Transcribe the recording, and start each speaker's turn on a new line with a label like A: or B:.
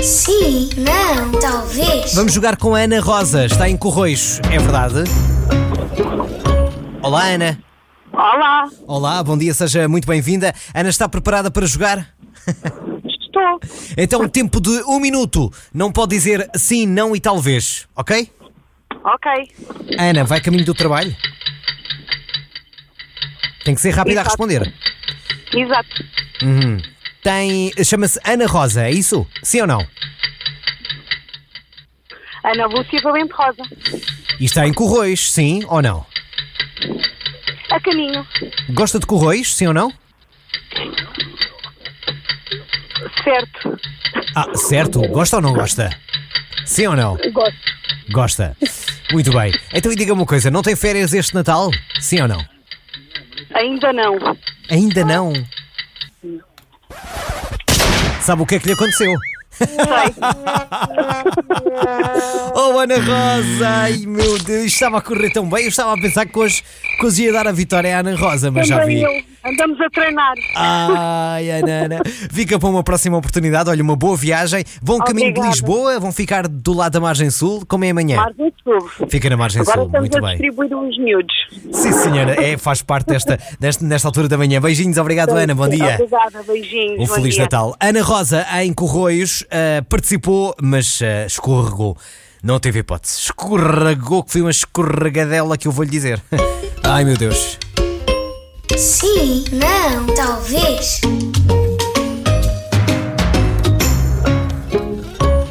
A: Sim, não, talvez.
B: Vamos jogar com a Ana Rosa, está em Corroios, é verdade? Olá, Ana.
C: Olá,
B: Olá, bom dia, seja muito bem-vinda. Ana está preparada para jogar?
C: estou.
B: Então, tempo de um minuto. Não pode dizer sim, não e talvez, ok?
C: Ok.
B: Ana, vai caminho do trabalho? Tem que ser rápida a
C: Exato.
B: responder.
C: Exato.
B: Tem. Chama-se Ana Rosa, é isso? Sim ou não?
C: Ana Lúcia Valente Rosa.
B: E está em Corroios, sim ou não?
C: A caminho.
B: Gosta de Corroios, sim ou não?
C: Certo.
B: Ah, certo. Gosta ou não gosta? Sim ou não?
C: Gosto.
B: Gosta. Muito bem. Então e diga-me uma coisa, não tem férias este Natal? Sim ou não?
C: Ainda não.
B: Ainda não. Sabe o que é que lhe aconteceu? oh Ana Rosa, ai meu Deus, estava a correr tão bem, eu estava a pensar que hoje, que hoje ia dar a vitória à Ana Rosa, mas já vi.
C: Também eu. Andamos a treinar.
B: Ai, Ana, Ana. Fica para uma próxima oportunidade. Olha, uma boa viagem. Vão caminho
C: Obrigada.
B: de Lisboa, vão ficar do lado da Margem Sul. Como é amanhã?
C: Margem Sul.
B: Fica na Margem
C: Agora
B: Sul,
C: estamos
B: muito
C: a
B: bem.
C: distribuir os miúdos.
B: Sim, senhora, é, faz parte desta, desta, nesta altura da manhã. Beijinhos, obrigado, Ana. Bom dia.
C: Obrigada, beijinhos.
B: Um
C: bom
B: Feliz
C: dia.
B: Natal. Ana Rosa, em Corroios, ah, participou, mas ah, escorregou. Não teve hipótese. Escorregou, que foi uma escorregadela que eu vou lhe dizer. Ai, meu Deus.
A: Sim, não, talvez.